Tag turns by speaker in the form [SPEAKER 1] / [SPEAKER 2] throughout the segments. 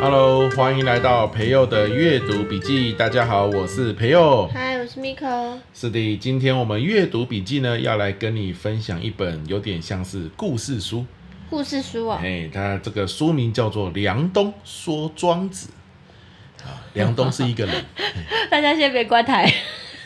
[SPEAKER 1] Hello，欢迎来到培佑的阅读笔记。大家好，我是培佑。
[SPEAKER 2] 嗨，我是 Miko。
[SPEAKER 1] 是的，今天我们阅读笔记呢，要来跟你分享一本有点像是故事书。
[SPEAKER 2] 故事书哦，
[SPEAKER 1] 哎，它这个书名叫做《梁冬说庄子》。啊，梁冬是一个 人，
[SPEAKER 2] 大家先别 关台，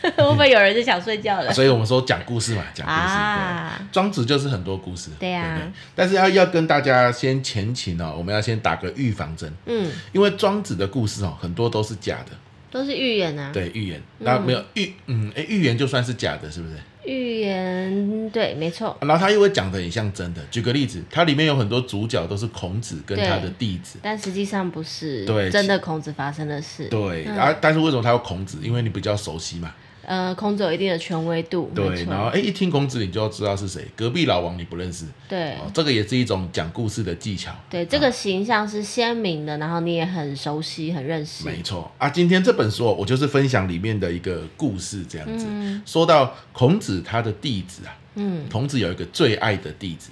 [SPEAKER 2] 会不会有人就想睡觉了？
[SPEAKER 1] 啊所以我们说讲故事嘛，讲故事。
[SPEAKER 2] 啊
[SPEAKER 1] 对庄子就是很多故事。
[SPEAKER 2] 对啊
[SPEAKER 1] 不但是要要跟大家先前情哦，我们要先打个预防针，
[SPEAKER 2] 嗯，
[SPEAKER 1] 因为庄子的故事哦，很多都是假的。
[SPEAKER 2] 都是预言啊。，
[SPEAKER 1] 对，预言，那没有预，嗯，哎，预言就算是假的，是不是？啊
[SPEAKER 2] 预言对，没错。
[SPEAKER 1] 然后他又会讲的很像真的。举个例子，它里面有很多主角都是孔子跟他的弟子。
[SPEAKER 2] 但实际上不是
[SPEAKER 1] 对
[SPEAKER 2] 真的孔子发生的事。
[SPEAKER 1] 对啊，但是为什么他有孔子？因为你比较熟悉嘛。
[SPEAKER 2] 呃，孔子有一定的权威度。没
[SPEAKER 1] 对，
[SPEAKER 2] 错
[SPEAKER 1] 然后哎，一听孔子你就知道是谁，隔壁老王你不认识。
[SPEAKER 2] 对
[SPEAKER 1] 哦，这个也是一种讲故事的技巧。
[SPEAKER 2] 对，这个形象是鲜明的，然后你也很熟悉、很认识。
[SPEAKER 1] 没错啊，今天这本书哦我就是分享里面的一个故事，这样子。说到孔子他的弟子啊，
[SPEAKER 2] 嗯，
[SPEAKER 1] 孔子有一个最爱的弟子，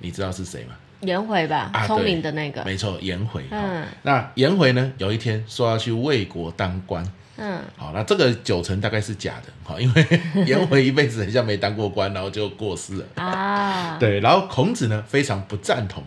[SPEAKER 1] 你知道是谁吗？
[SPEAKER 2] 颜回吧
[SPEAKER 1] 啊，
[SPEAKER 2] 聪
[SPEAKER 1] 对
[SPEAKER 2] 明的那个。
[SPEAKER 1] 没错，颜回。
[SPEAKER 2] 嗯
[SPEAKER 1] 嗯，那颜回呢，有一天说要去魏国当官。
[SPEAKER 2] 嗯，
[SPEAKER 1] 好，那这个九成大概是假的，好，因为 颜回一辈子很像没当过官，然后就过世了。
[SPEAKER 2] 啊，
[SPEAKER 1] 对，然后孔子呢非常不赞同，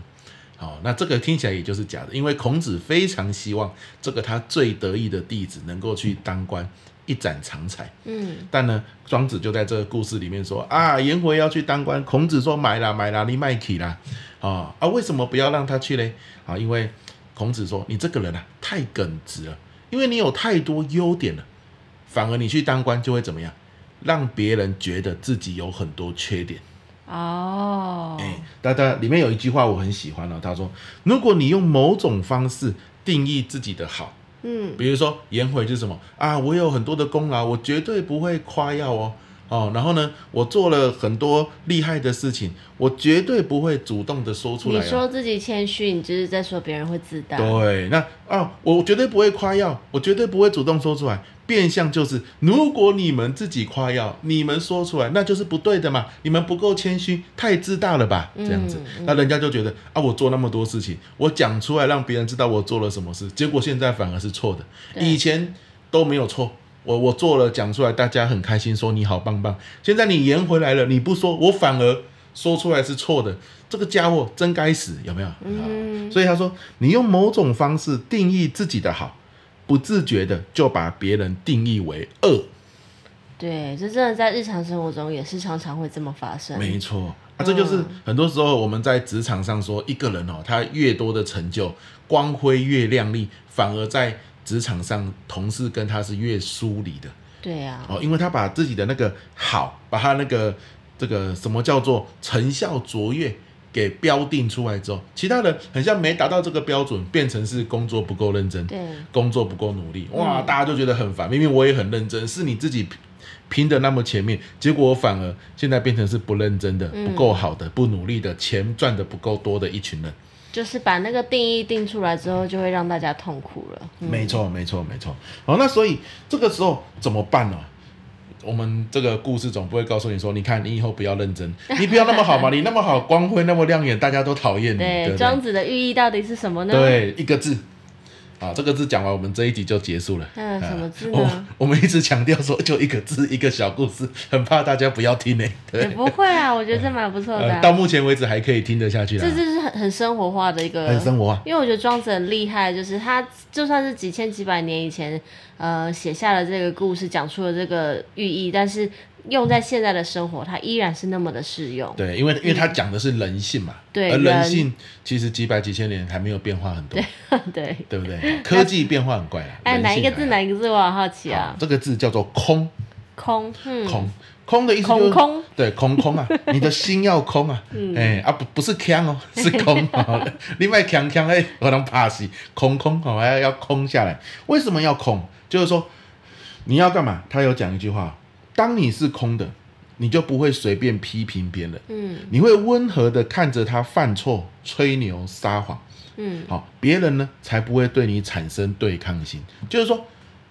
[SPEAKER 1] 好，那这个听起来也就是假的，因为孔子非常希望这个他最得意的弟子能够去当官，一展长才。
[SPEAKER 2] 嗯，
[SPEAKER 1] 但呢，庄子就在这个故事里面说啊，颜回要去当官，孔子说买啦买啦，你卖起啦，啊啊，为什么不要让他去嘞？啊，因为孔子说你这个人啊太耿直了，因为你有太多优点了，反而你去当官就会怎么样，让别人觉得自己有很多缺点。
[SPEAKER 2] 哦，
[SPEAKER 1] 哎、大家里面有一句话我很喜欢哦，他说，如果你用某种方式定义自己的好，
[SPEAKER 2] 嗯，
[SPEAKER 1] 比如说颜回就是什么啊，我有很多的功劳，我绝对不会夸耀哦。哦，然后呢，我做了很多厉害的事情，我绝对不会主动的说出来、
[SPEAKER 2] 你
[SPEAKER 1] 哦。
[SPEAKER 2] 说自己谦虚，你就是在说别人会自大。
[SPEAKER 1] 对，那啊，我绝对不会夸耀，我绝对不会主动说出来。变相就是，如果你们自己夸耀，你们说出来，那就是不对的嘛。你们不够谦虚，太自大了吧？
[SPEAKER 2] 嗯
[SPEAKER 1] 这样子，那人家就觉得啊，我做那么多事情，我讲出来让别人知道我做了什么事，结果现在反而是错的。
[SPEAKER 2] 对
[SPEAKER 1] 以前都没有错。我我做了，讲出来，大家很开心，说你好棒棒。现在你圆回来了，你不说，我反而说出来是错的。这个家伙真该死，有没有？
[SPEAKER 2] 嗯
[SPEAKER 1] 啊所以他说，你用某种方式定义自己的好，不自觉的就把别人定义为恶。
[SPEAKER 2] 对，这真的在日常生活中也是常常会这么发生。
[SPEAKER 1] 没错啊，这就是很多时候我们在职场上说，一个人哦，他越多的成就，光辉越亮丽，反而在职场上同事跟他是越疏离的。
[SPEAKER 2] 对啊，
[SPEAKER 1] 哦，因为他把自己的那个好，把他那个这个什么叫做成效卓越给标定出来之后，其他人很像没达到这个标准，变成是工作不够认真，
[SPEAKER 2] 对
[SPEAKER 1] 工作不够努力，哇，大家就觉得很烦。明明我也很认真，是你自己拼拼的那么前面，结果我反而现在变成是不认真的、不够好的、不努力的、钱赚的不够多的一群人。
[SPEAKER 2] 就是把那个定义定出来之后，就会让大家痛苦了。
[SPEAKER 1] 没错，没错，没错。好，那所以这个时候怎么办呢、我们这个故事总不会告诉你说，你看你以后不要认真，你不要那么好嘛，你那么好，光辉那么亮眼，大家都讨厌你，对
[SPEAKER 2] 对，
[SPEAKER 1] 不
[SPEAKER 2] 庄
[SPEAKER 1] 对？
[SPEAKER 2] 子的寓意到底是什么呢？，
[SPEAKER 1] 对，一个字。啊，这个字讲完，我们这一集就结束了。
[SPEAKER 2] 嗯
[SPEAKER 1] 啊
[SPEAKER 2] 什 么字呢
[SPEAKER 1] 我我们一直强调说，就一个字，一个小故事，很怕大家不要听呢、
[SPEAKER 2] 也
[SPEAKER 1] 对，
[SPEAKER 2] 不会啊，我觉得这蛮不错的
[SPEAKER 1] 呃，
[SPEAKER 2] 啊、
[SPEAKER 1] 到目前为止还可以听得下去啦
[SPEAKER 2] 这，就是很很生活化的一个
[SPEAKER 1] 很生活啊化。
[SPEAKER 2] 因为我觉得庄子很厉害，就是他就算是几千几百年以前，呃，写下了这个故事，讲出了这个寓意，但是用在现在的生活，它依然是那么的适用。
[SPEAKER 1] 对，因为因为他讲的是人性嘛，
[SPEAKER 2] 对
[SPEAKER 1] 而人
[SPEAKER 2] 人
[SPEAKER 1] 性其实几百几千年还没有变化很多，
[SPEAKER 2] 对，
[SPEAKER 1] 对不对？科技变化很快啦。
[SPEAKER 2] 哎，
[SPEAKER 1] 人性
[SPEAKER 2] 哪一个
[SPEAKER 1] 还
[SPEAKER 2] 字？
[SPEAKER 1] 好
[SPEAKER 2] 哪一个字？我好好奇啊
[SPEAKER 1] 好。这个字叫做空，
[SPEAKER 2] 空，嗯，
[SPEAKER 1] 空，空的意思就是
[SPEAKER 2] 空空嗯
[SPEAKER 1] 对，空空 啊，你的心要空啊，哎啊不不是腔哦，是空哦，另外腔腔哎，可能怕死，空空哦，要要空下来。为什么要空？就是说你要干嘛？他有讲一句话，当你是空的，你就不会随便批评别人，
[SPEAKER 2] 嗯
[SPEAKER 1] 你会温和的看着他犯错、吹牛、撒谎。
[SPEAKER 2] 嗯，
[SPEAKER 1] 好，别人呢才不会对你产生对抗心。就是说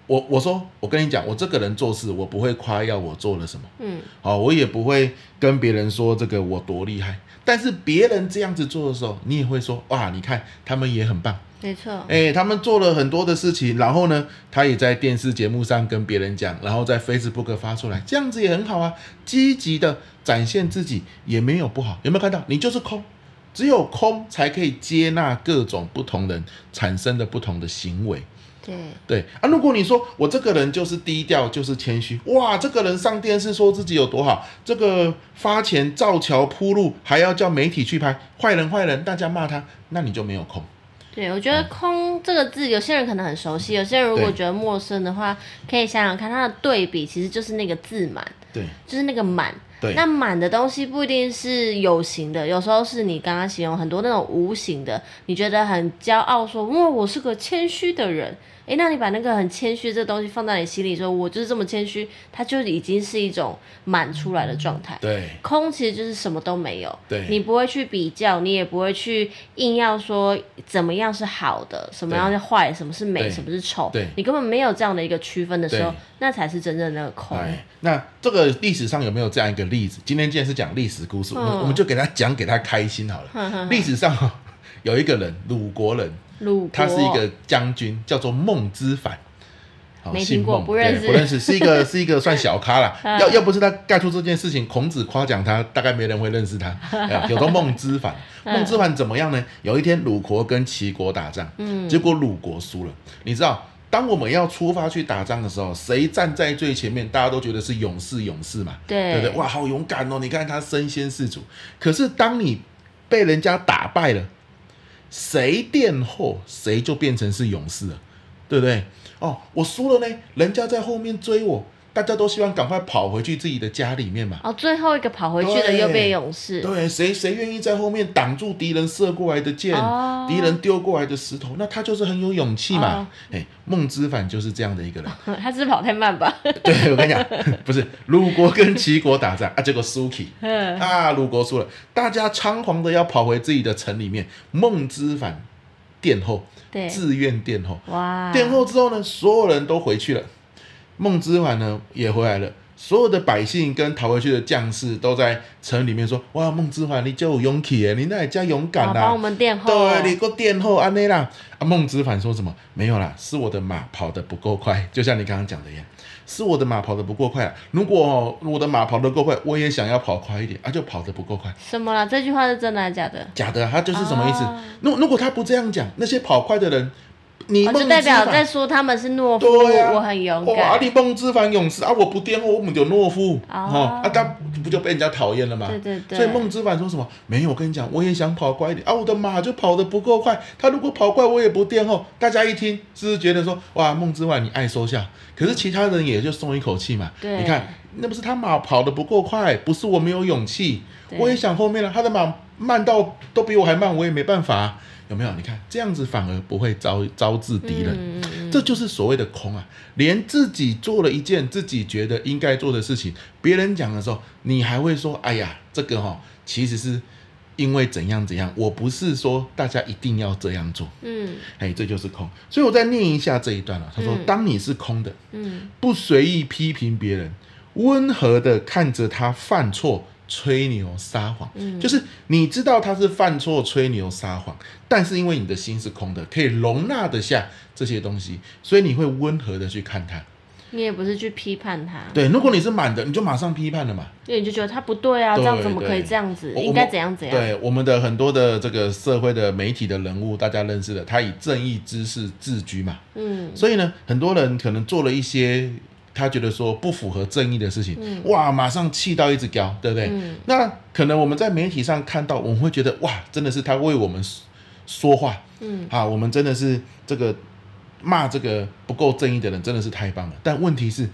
[SPEAKER 1] 我我说我跟你讲，我这个人做事，我不会夸耀我做了什么，
[SPEAKER 2] 嗯
[SPEAKER 1] 好、哦我也不会跟别人说这个我多厉害。但是别人这样子做的时候，你也会说哇，你看他们也很棒，
[SPEAKER 2] 没错，
[SPEAKER 1] 哎、他们做了很多的事情，然后呢，他也在电视节目上跟别人讲，然后在 Facebook 发出来，这样子也很好啊，积极的展现自己也没有不好，有没有看到？你就是空，只有空才可以接纳各种不同人产生的不同的行为。
[SPEAKER 2] 对，
[SPEAKER 1] 对啊，如果你说我这个人就是低调，就是谦虚，哇，这个人上电视说自己有多好，这个发钱造桥铺路，还要叫媒体去拍，坏人坏人，大家骂他，那你就没有空。
[SPEAKER 2] 对，我觉得“空”这个字，有些人可能很熟悉，有些人如果
[SPEAKER 1] 嗯对
[SPEAKER 2] 觉得陌生的话，可以想想看，它的对比其实就是那个字满，
[SPEAKER 1] 对
[SPEAKER 2] 就是那个满。
[SPEAKER 1] 对
[SPEAKER 2] 那满的东西不一定是有形的，有时候是你刚刚形容很多那种无形的，你觉得很骄傲说，哇，我是个谦虚的人。诶，那你把那个很谦虚这东西放在你心里说我就是这么谦虚，它就已经是一种满出来的状态。
[SPEAKER 1] 嗯对
[SPEAKER 2] 空其实就是什么都没有，
[SPEAKER 1] 对
[SPEAKER 2] 你不会去比较，你也不会去硬要说怎么样是好的，什么样是坏，什么是美，
[SPEAKER 1] 对
[SPEAKER 2] 什么是丑，
[SPEAKER 1] 对
[SPEAKER 2] 你根本没有这样的一个区分的时候
[SPEAKER 1] 对，
[SPEAKER 2] 那才是真正的空。
[SPEAKER 1] 哎，那这个历史上有没有这样一个例子？今天既然是讲历史故事，我们、
[SPEAKER 2] 嗯
[SPEAKER 1] 我们就给他讲给他开心好了。历史上哦有一个人，鲁国人，
[SPEAKER 2] 鲁国
[SPEAKER 1] 他是一个将军，叫做孟之反。好
[SPEAKER 2] 没听
[SPEAKER 1] 姓
[SPEAKER 2] 过
[SPEAKER 1] 孟
[SPEAKER 2] 不认
[SPEAKER 1] 对
[SPEAKER 2] 识
[SPEAKER 1] 不认识，是一 个是一个算小咖啦。
[SPEAKER 2] 嗯
[SPEAKER 1] 要要不是他干出这件事情，孔子夸奖他，大概没人会认识 他。哎有个孟之反，
[SPEAKER 2] 嗯
[SPEAKER 1] 孟之反怎么样呢？有一天鲁国跟齐国打仗，
[SPEAKER 2] 嗯
[SPEAKER 1] 结果鲁国输了。你知道，当我们要出发去打仗的时候，谁站在最前面，大家都觉得是勇士，勇士嘛，
[SPEAKER 2] 对
[SPEAKER 1] 对不对？哇，好勇敢哦！你看他身先士卒。可是当你被人家打败了，谁垫后，谁就变成是勇士了，对不对？哦，我输了呢，人家在后面追我，大家都希望赶快跑回去自己的家里面嘛。
[SPEAKER 2] 哦，最后一个跑回去的
[SPEAKER 1] 对
[SPEAKER 2] 又变勇士，
[SPEAKER 1] 对，谁谁愿意在后面挡住敌人射过来的箭，
[SPEAKER 2] 哦
[SPEAKER 1] 敌人丢过来的石头，那他就是很有勇气嘛。哎、孟之反就是这样的一个人。
[SPEAKER 2] 他是跑太慢吧？
[SPEAKER 1] 对我跟你讲，不是鲁国跟齐国打仗啊，结果输起
[SPEAKER 2] 嗯
[SPEAKER 1] 啊，鲁国输了， 大家仓皇的要跑回自己的城里面。孟之反殿后，
[SPEAKER 2] 对，啊
[SPEAKER 1] 自愿殿后，
[SPEAKER 2] 哇，
[SPEAKER 1] 殿后之后呢，所有人都回去了，孟之环呢也回来了。所有的百姓跟逃回去的将士都在城里面说：“哇，孟之环，你就有勇气耶，你那也叫勇
[SPEAKER 2] 好
[SPEAKER 1] 敢
[SPEAKER 2] 啊帮我
[SPEAKER 1] 啦、
[SPEAKER 2] 们殿后，
[SPEAKER 1] 啊对，你给我殿后安内啦。”啊，孟之环说什么？没有啦，是我的马跑得不够快，就像你刚刚讲的一样，是我的马跑得不够快、啊。如果、哦、我的马跑得够快，我也想要跑快一点，啊，就跑得不够快。
[SPEAKER 2] 什么啦？这句话是真的还是假的？
[SPEAKER 1] 假的啊，他就是什么意思
[SPEAKER 2] 哦？
[SPEAKER 1] 如、如果他不这样讲，那些跑快的人，你
[SPEAKER 2] 哦，
[SPEAKER 1] 孟之环、
[SPEAKER 2] 就代表在说他们是懦夫，
[SPEAKER 1] 对啊，
[SPEAKER 2] 我很勇
[SPEAKER 1] 哇，啊
[SPEAKER 2] 敢，
[SPEAKER 1] 你孟之凡勇士啊，我不颠覆，我们就懦夫，
[SPEAKER 2] 哦
[SPEAKER 1] 哦，啊，他不就被人家讨厌了吗？
[SPEAKER 2] 对对对，
[SPEAKER 1] 所以孟之凡说什么？没有，我跟你讲，我也想跑快一点啊，我的马就跑得不够快，他如果跑快，我也不垫后。大家一听，是不是觉得说，哇，孟之凡你爱收下？可是其他人也就松一口气嘛。
[SPEAKER 2] 对
[SPEAKER 1] 你看，那不是他马跑得不够快，不是我没有勇气，
[SPEAKER 2] 对
[SPEAKER 1] 我也想后面了，他的马慢到都比我还慢，我也没办法。有没有？你看这样子反而不会招招致敌人。
[SPEAKER 2] 嗯嗯嗯
[SPEAKER 1] 这就是所谓的空啊！连自己做了一件自己觉得应该做的事情，别人讲的时候，你还会说：“哎呀，这个哈、哦，其实是因为怎样怎样。”我不是说大家一定要这样做，
[SPEAKER 2] 嗯
[SPEAKER 1] 哎，这就是空。所以我再念一下这一段啊，他说：“
[SPEAKER 2] 嗯
[SPEAKER 1] 当你是空的，
[SPEAKER 2] 嗯，
[SPEAKER 1] 不随意批评别人，温和的看着他犯错、吹牛、撒谎。
[SPEAKER 2] 嗯
[SPEAKER 1] 就是你知道他是犯错、吹牛、撒谎，但是因为你的心是空的，可以容纳得下这些东西，所以你会温和的去看他。
[SPEAKER 2] 你也不是去批判他，
[SPEAKER 1] 对，如果你是满的，你就马上批判了嘛。
[SPEAKER 2] 因为你就觉得他不对啊，这样
[SPEAKER 1] 对
[SPEAKER 2] 怎么可以
[SPEAKER 1] 对
[SPEAKER 2] 这样子？
[SPEAKER 1] 我
[SPEAKER 2] 应该怎样怎
[SPEAKER 1] 我
[SPEAKER 2] 样？
[SPEAKER 1] 们对，我们的很多的这个社会的媒体的人物，大家认识的，他以正义之士自居嘛。
[SPEAKER 2] 嗯，
[SPEAKER 1] 所以呢，很多人可能做了一些他觉得说不符合正义的事情，
[SPEAKER 2] 嗯
[SPEAKER 1] 哇，马上气到一只脚，对不对？
[SPEAKER 2] 嗯
[SPEAKER 1] 那可能我们在媒体上看到，我们会觉得哇，真的是他为我们说说话
[SPEAKER 2] 嗯，
[SPEAKER 1] 啊，我们真的是这个骂这个不够正义的人，真的是太棒了。但问题是，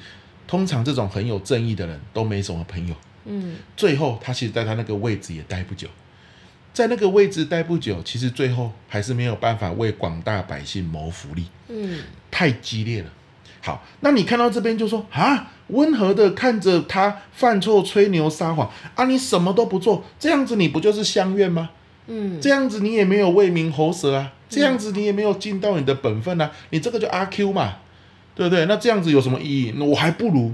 [SPEAKER 1] 通常这种很有正义的人都没什么朋友，
[SPEAKER 2] 嗯，
[SPEAKER 1] 最后他其实在他那个位置也待不久。在那个位置待不久，其实最后还是没有办法为广大百姓谋福利。
[SPEAKER 2] 嗯，
[SPEAKER 1] 太激烈了。好，那你看到这边就说啊，温和的看着他犯错、吹牛、撒谎啊，你什么都不做，这样子你不就是相怨吗？
[SPEAKER 2] 嗯，
[SPEAKER 1] 这样子你也没有为民喉舌啊，这样子你也没有尽到你的本分啊，你这个就阿 Q 嘛，对不对？那这样子有什么意义？那我还不如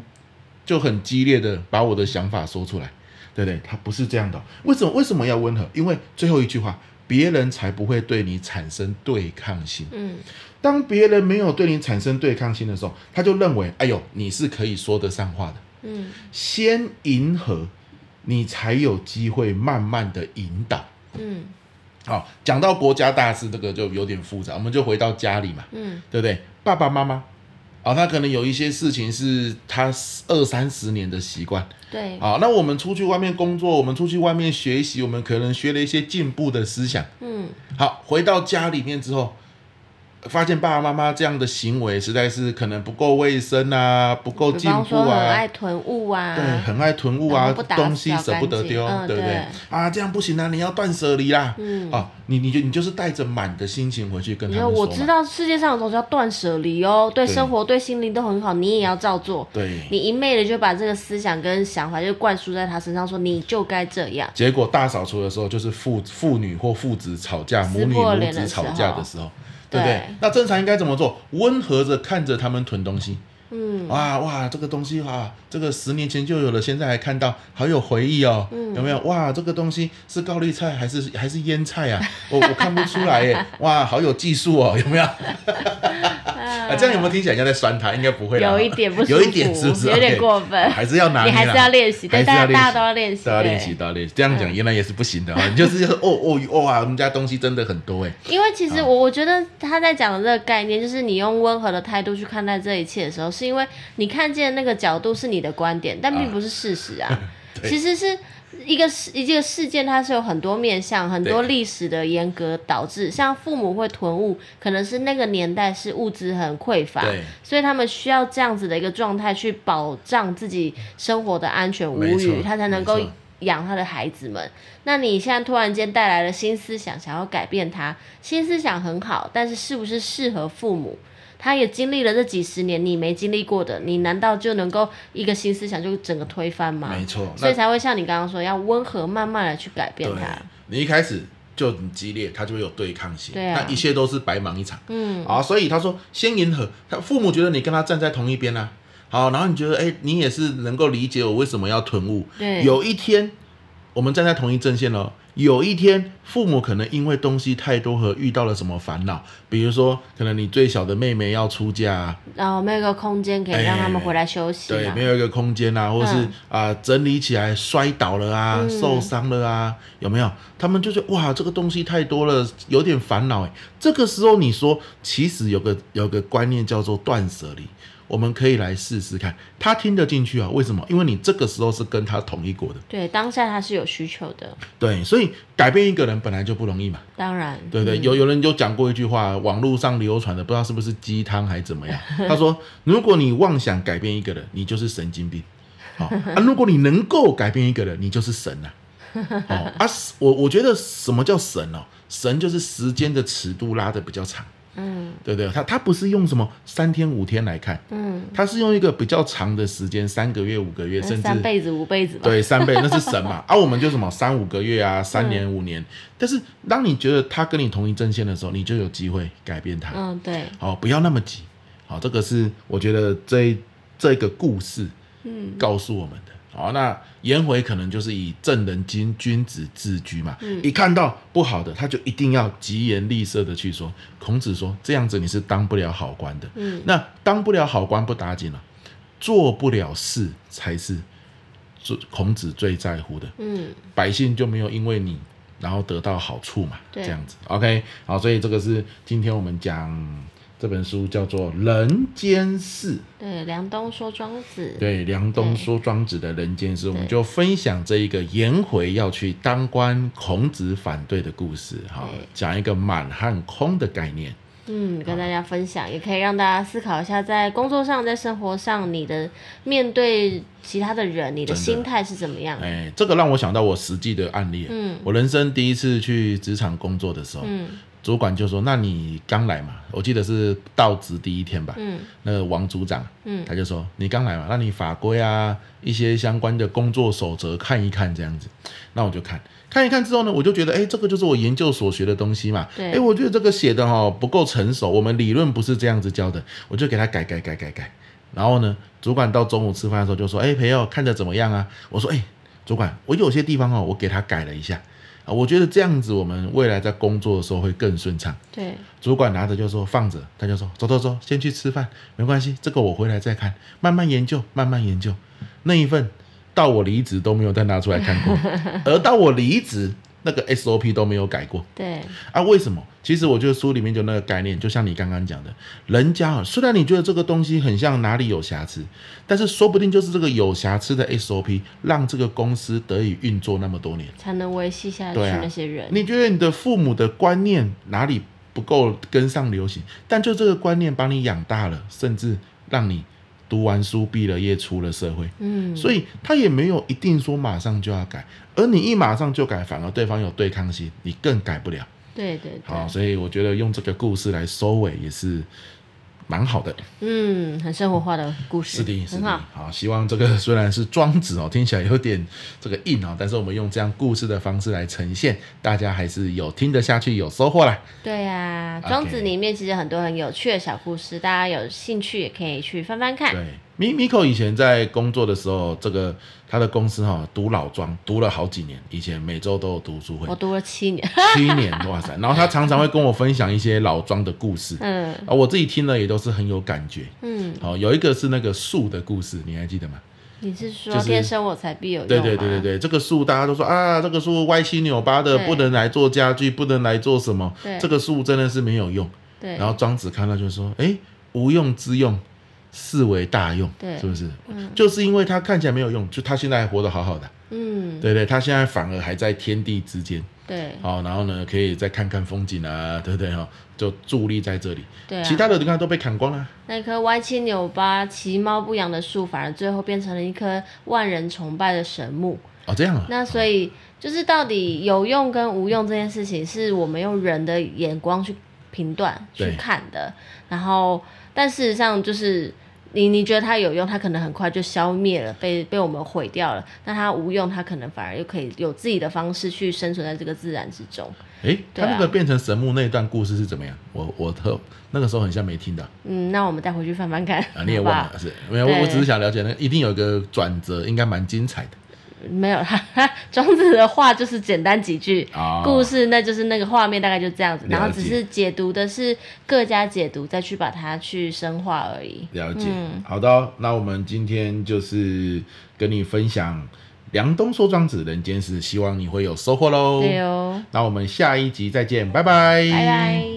[SPEAKER 1] 就很激烈的把我的想法说出来，对不对？他不是这样的，为什么？为什么要温和？因为最后一句话，别人才不会对你产生对抗心。
[SPEAKER 2] 嗯
[SPEAKER 1] 当别人没有对你产生对抗心的时候，他就认为，哎呦，你是可以说得上话的。
[SPEAKER 2] 嗯
[SPEAKER 1] 先迎合，你才有机会慢慢的引导。
[SPEAKER 2] 嗯
[SPEAKER 1] 好、讲到国家大事，这个就有点复杂，我们就回到家里嘛，
[SPEAKER 2] 嗯
[SPEAKER 1] 对不对？爸爸妈妈，啊，他可能有一些事情是他二三十年的习惯，
[SPEAKER 2] 对，
[SPEAKER 1] 啊，那我们出去外面工作，我们出去外面学习，我们可能学了一些进步的思想。
[SPEAKER 2] 嗯
[SPEAKER 1] 好，回到家里面之后，发现爸爸妈妈这样的行为实在是可能不够卫生啊，不够
[SPEAKER 2] 比
[SPEAKER 1] 进
[SPEAKER 2] 方
[SPEAKER 1] 步
[SPEAKER 2] 说很
[SPEAKER 1] 啊，
[SPEAKER 2] 爱囤物啊，
[SPEAKER 1] 对，很爱囤物
[SPEAKER 2] 然
[SPEAKER 1] 啊
[SPEAKER 2] 后不，打
[SPEAKER 1] 东西
[SPEAKER 2] 扫
[SPEAKER 1] 舍不得
[SPEAKER 2] 干净
[SPEAKER 1] 丢，
[SPEAKER 2] 嗯
[SPEAKER 1] 对不对
[SPEAKER 2] 对？
[SPEAKER 1] 啊，这样不行啊，你要断舍离啦。
[SPEAKER 2] 嗯
[SPEAKER 1] 啊，你你就你就是带着满的心情回去跟
[SPEAKER 2] 你
[SPEAKER 1] 他
[SPEAKER 2] 说
[SPEAKER 1] 们说
[SPEAKER 2] 我
[SPEAKER 1] 嘛
[SPEAKER 2] 知，道世界上有东西要断舍离哦，对
[SPEAKER 1] 对
[SPEAKER 2] 生活、对心灵都很好，你也要照做。
[SPEAKER 1] 对，
[SPEAKER 2] 你一昧的就把这个思想跟想法就灌输在他身上，说你就该这样。
[SPEAKER 1] 结果大扫除的时候，就是父父女或父子吵架，母
[SPEAKER 2] 撕
[SPEAKER 1] 女
[SPEAKER 2] 破
[SPEAKER 1] 母
[SPEAKER 2] 脸
[SPEAKER 1] 子
[SPEAKER 2] 的
[SPEAKER 1] 吵
[SPEAKER 2] 时
[SPEAKER 1] 架
[SPEAKER 2] 候
[SPEAKER 1] 的时候，对不
[SPEAKER 2] 对
[SPEAKER 1] 对？那正常应该怎么做？温和着看着他们囤东西，
[SPEAKER 2] 嗯
[SPEAKER 1] 哇哇，这个东西啊，这个十年前就有了，现在还看到，好有回忆哦，
[SPEAKER 2] 嗯
[SPEAKER 1] 有没有？哇，这个东西是高丽菜还是还是腌菜啊？我我看不出来耶，哇，好有技术哦，有没 有？啊，这样有没有听起来像在酸他？应该不会啦，
[SPEAKER 2] 有一点不舒服
[SPEAKER 1] 有一点是不是？
[SPEAKER 2] 有点
[SPEAKER 1] OK
[SPEAKER 2] 过分
[SPEAKER 1] 还是要拿捏啦，
[SPEAKER 2] 你还是要练习
[SPEAKER 1] 还
[SPEAKER 2] 对
[SPEAKER 1] 是要
[SPEAKER 2] 大家
[SPEAKER 1] 练习
[SPEAKER 2] 大家都要练习
[SPEAKER 1] 都要
[SPEAKER 2] 对
[SPEAKER 1] 练习，都要练习。这样讲原来也是不行的啊， 你就是就是哦哦哦啊，我们家东西真的很多哎，
[SPEAKER 2] 因为其实我我觉得他在讲的这个概念，就是你用温和的态度去看待这一切的时候，是因为你看见那个角度是你的观点，但并不是事实啊。
[SPEAKER 1] 对
[SPEAKER 2] 其实是一个事一个事件，它是有很多面向，很多
[SPEAKER 1] 对
[SPEAKER 2] 历史的严格导致，像父母会囤物，可能是那个年代是物资很匮乏
[SPEAKER 1] 对，
[SPEAKER 2] 所以他们需要这样子的一个状态去保障自己生活的安全无
[SPEAKER 1] 没错
[SPEAKER 2] 虞，他才能够
[SPEAKER 1] 没错
[SPEAKER 2] 养他的孩子们。那你现在突然间带来了新思想，想要改变他，新思想很好，但是是不是适合父母？他也经历了这几十年你没经历过的，你难道就能够一个新思想就整个推翻吗？
[SPEAKER 1] 没错。
[SPEAKER 2] 所
[SPEAKER 1] 那
[SPEAKER 2] 以才会像你刚刚说，要温和慢慢的去改变
[SPEAKER 1] 对
[SPEAKER 2] 它。，
[SPEAKER 1] 你一开始就很激烈，他就会有对抗性，
[SPEAKER 2] 对啊
[SPEAKER 1] 那一切都是白忙一场。
[SPEAKER 2] 嗯
[SPEAKER 1] 啊，所以他说先迎合他父母觉得你跟他站在同一边啊，好，然后你觉得哎、你也是能够理解我为什么要囤物。
[SPEAKER 2] 对
[SPEAKER 1] 有一天我们站在同一阵线了，有一天父母可能因为东西太多和遇到了什么烦恼，比如说可能你最小的妹妹要出嫁、啊，
[SPEAKER 2] 然后没有一个空间可以让他们回来休息
[SPEAKER 1] 哎对，
[SPEAKER 2] 嘛。
[SPEAKER 1] 没有一个空间啊，或是
[SPEAKER 2] 嗯
[SPEAKER 1] 啊、整理起来摔倒了啊，
[SPEAKER 2] 嗯
[SPEAKER 1] 受伤了啊，有没有？他们就是哇，这个东西太多了，有点烦恼哎。这个时候你说，其实有个有个观念叫做断舍离，我们可以来试试看，他听得进去啊？为什么？因为你这个时候是跟他同一国的，
[SPEAKER 2] 对，当下他是有需求的，
[SPEAKER 1] 对，所以改变一个人本来就不容易嘛。
[SPEAKER 2] 当然。
[SPEAKER 1] 对不对，有有人就讲过一句话，网络上流传的，不知道是不是鸡汤还是怎么样。他说，如果你妄想改变一个人，你就是神经病。好、啊，如果你能够改变一个人，你就是神呐、啊。哦啊，我我觉得什么叫神哦？神就是时间的尺度拉的比较长，
[SPEAKER 2] 嗯
[SPEAKER 1] 对不对？他他不是用什么三天五天来看，
[SPEAKER 2] 嗯，呃
[SPEAKER 1] 他是用一个比较长的时间，三个月、五个月，甚至
[SPEAKER 2] 三辈子五辈子吧。
[SPEAKER 1] 对，三倍那是神 嘛，啊，我们就什么三五个月啊，三年
[SPEAKER 2] 嗯
[SPEAKER 1] 五年。但是当你觉得他跟你同一阵线的时候，你就有机会改变他。
[SPEAKER 2] 嗯，对，
[SPEAKER 1] 好，不要那么急。好，这个是我觉得这这个故事
[SPEAKER 2] 嗯
[SPEAKER 1] 告诉我们的。好，那颜回可能就是以正人君君子自居嘛，
[SPEAKER 2] 嗯
[SPEAKER 1] 一看到不好的，他就一定要疾言厉色的去说。孔子说，这样子你是当不了好官的。
[SPEAKER 2] 嗯，
[SPEAKER 1] 那当不了好官不打紧了、做不了事才是最孔子最在乎的。
[SPEAKER 2] 嗯，
[SPEAKER 1] 百姓就没有因为你然后得到好处嘛，
[SPEAKER 2] 对
[SPEAKER 1] 这样子。OK，好，所以这个是今天我们讲这本书叫做《人间世》，
[SPEAKER 2] 对，梁冬说庄子。
[SPEAKER 1] 对，梁冬
[SPEAKER 2] 对
[SPEAKER 1] 说庄子的《人间世》，我们
[SPEAKER 2] 对
[SPEAKER 1] 就分享这一个颜回要去当官，孔子反对的故事，好
[SPEAKER 2] 对，
[SPEAKER 1] 讲一个满和空的概念。
[SPEAKER 2] 嗯，跟大家分享，也可以让大家思考一下，在工作上、在生活上，你的面对其他的人，你的
[SPEAKER 1] 真的
[SPEAKER 2] 心态是怎么样？
[SPEAKER 1] 哎，这个让我想到我实际的案例。
[SPEAKER 2] 嗯
[SPEAKER 1] 我人生第一次去职场工作的时候，
[SPEAKER 2] 嗯
[SPEAKER 1] 主管就说：“那你刚来嘛？我记得是到职第一天吧。
[SPEAKER 2] 嗯
[SPEAKER 1] 那个王组长，
[SPEAKER 2] 嗯
[SPEAKER 1] 他就说：“你刚来嘛，那你法规啊，一些相关的工作守则看一看，这样子。”那我就看看一看之后呢，我就觉得，哎，这个就是我研究所学的东西嘛。
[SPEAKER 2] 对
[SPEAKER 1] 哎，我觉得这个写的哦不够成熟，我们理论不是这样子教的，我就给他改改改改改。然后呢，主管到中午吃饭的时候就说：“哎，朋友看着怎么样啊？”我说：“哎，主管，我有些地方哦，我给他改了一下啊，我觉得这样子我们未来在工作的时候会更顺畅。”
[SPEAKER 2] 对，
[SPEAKER 1] 主管拿着就说放着，他就说走走走，先去吃饭，没关系，这个我回来再看，慢慢研究，慢慢研究。那一份到我离职都没有再拿出来看过，而到我离职那个 SOP 都没有改过
[SPEAKER 2] 对，
[SPEAKER 1] 啊？为什么？其实我觉得书里面就那个概念，就像你刚刚讲的，人家啊虽然你觉得这个东西很像哪里有瑕疵，但是说不定就是这个有瑕疵的 SOP 让这个公司得以运作那么多年。
[SPEAKER 2] 才能维系下去
[SPEAKER 1] 对啊
[SPEAKER 2] 那些人。
[SPEAKER 1] 你觉得你的父母的观念哪里不够跟上流行？但就这个观念把你养大了，甚至让你读完书、毕了业、出了社会，
[SPEAKER 2] 嗯，
[SPEAKER 1] 所以他也没有一定说马上就要改，而你一马上就改，反而对方有对抗性，你更改不了。
[SPEAKER 2] 对对
[SPEAKER 1] 好，
[SPEAKER 2] 对，
[SPEAKER 1] 所以我觉得用这个故事来收尾也是蛮好的。
[SPEAKER 2] 嗯，很生活化的故事，
[SPEAKER 1] 是的，是
[SPEAKER 2] 很
[SPEAKER 1] 的
[SPEAKER 2] 好。，
[SPEAKER 1] 好，希望这个虽然是庄子哦，听起来有点这个硬哦，但是我们用这样故事的方式来呈现，大家还是有听得下去，有收获啦。
[SPEAKER 2] 对呀、
[SPEAKER 1] OK
[SPEAKER 2] 庄子里面其实很多很有趣的小故事，大家有兴趣也可以去翻翻看。
[SPEAKER 1] 对，米米可以前在工作的时候，这个他的公司哈、读老庄读了好几年，以前每周都有读书会
[SPEAKER 2] 我，读了七年，
[SPEAKER 1] 七年，哇塞！然后他常常会跟我分享一些老庄的故事，
[SPEAKER 2] 嗯
[SPEAKER 1] 啊，我自己听了也都是很有感觉。
[SPEAKER 2] 嗯，
[SPEAKER 1] 好、有一个是那个树的故事，你还记得吗？
[SPEAKER 2] 你是说
[SPEAKER 1] 就是
[SPEAKER 2] 天生我材必有用
[SPEAKER 1] 对对对对
[SPEAKER 2] 吗
[SPEAKER 1] 对，这个树大家都说啊，这个树歪七扭八的，
[SPEAKER 2] 对
[SPEAKER 1] 不能来做家具，不能来做什么
[SPEAKER 2] 对，
[SPEAKER 1] 这个树真的是没有用。
[SPEAKER 2] 对
[SPEAKER 1] 然后庄子看到就说：“哎，无用之用，是为大用，
[SPEAKER 2] 对
[SPEAKER 1] 是不是？就是因为他看起来没有用，就他现在还活得好好的，
[SPEAKER 2] 嗯
[SPEAKER 1] 对对，他现在反而还在天地之间，
[SPEAKER 2] 对
[SPEAKER 1] 好、然后呢，可以再看看风景啊，对不对哈、哦？就伫立在这里，
[SPEAKER 2] 对啊，
[SPEAKER 1] 其他的你看都被砍光了，啊
[SPEAKER 2] 那棵歪七扭八、其貌不扬的树，反而最后变成了一棵万人崇拜的神木。
[SPEAKER 1] 哦，这样啊，
[SPEAKER 2] 那所以就是到底有用跟无用这件事情，是我们用人的眼光去评断、
[SPEAKER 1] 对
[SPEAKER 2] 去看的。然后，但事实上就是你你觉得它有用，它可能很快就消灭了，被被我们毁掉了；那它无用，它可能反而又可以有自己的方式去生存在这个自然之中。
[SPEAKER 1] 哎，
[SPEAKER 2] 对
[SPEAKER 1] 他
[SPEAKER 2] 啊
[SPEAKER 1] 那个变成神木那一段故事是怎么样？我我特那个时候很像没听到
[SPEAKER 2] 嗯，那我们带回去翻翻看，
[SPEAKER 1] 啊，你也
[SPEAKER 2] 好不
[SPEAKER 1] 忘
[SPEAKER 2] 好
[SPEAKER 1] 了是？没有，我
[SPEAKER 2] 对
[SPEAKER 1] 我只是想了解那个一定有一个转折，应该蛮精彩的
[SPEAKER 2] 没有啦，庄子的话就是简单几句。
[SPEAKER 1] 啊。
[SPEAKER 2] 故事那就是那个画面大概就这样子，然后
[SPEAKER 1] 了解
[SPEAKER 2] 只是解读的是各家解读，再去把它去深化而已。
[SPEAKER 1] 了解，好的哦、那我们今天就是跟你分享梁冬说庄子人间事，希望你会有收获喽。
[SPEAKER 2] 对哦，
[SPEAKER 1] 那我们下一集再见，拜拜，
[SPEAKER 2] 拜拜。
[SPEAKER 1] 嗯